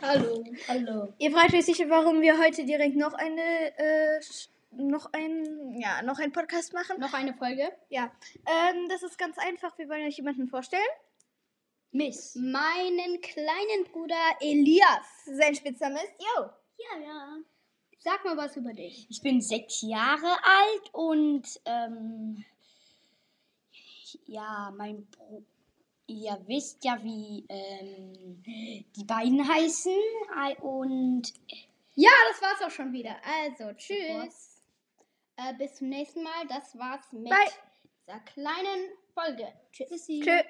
Hallo, hallo. Ihr fragt euch sicher, warum wir heute direkt noch eine, äh, sch- noch ein, ja, noch einen Podcast machen. Noch eine Folge. Ja, ähm, das ist ganz einfach. Wir wollen euch jemanden vorstellen. Mich. Meinen kleinen Bruder Elias. Sein Spitzname ist Yo. Ja, ja. Sag mal was über dich. Ich bin sechs Jahre alt und ähm, ja, mein Bro ihr wisst ja, wie ähm, die beiden heißen Ei- und Ja, das war's auch schon wieder. Also, tschüss. Äh, bis zum nächsten Mal. Das war's mit Bye. dieser kleinen Folge. Tschüss. Tschö.